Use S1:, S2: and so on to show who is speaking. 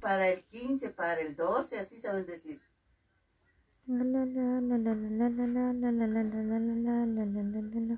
S1: para el 15, para el 12, así saben decir.
S2: La, la, la, la, la, la, la, la, la, la, la, la, la, la, la, la, la, la, la.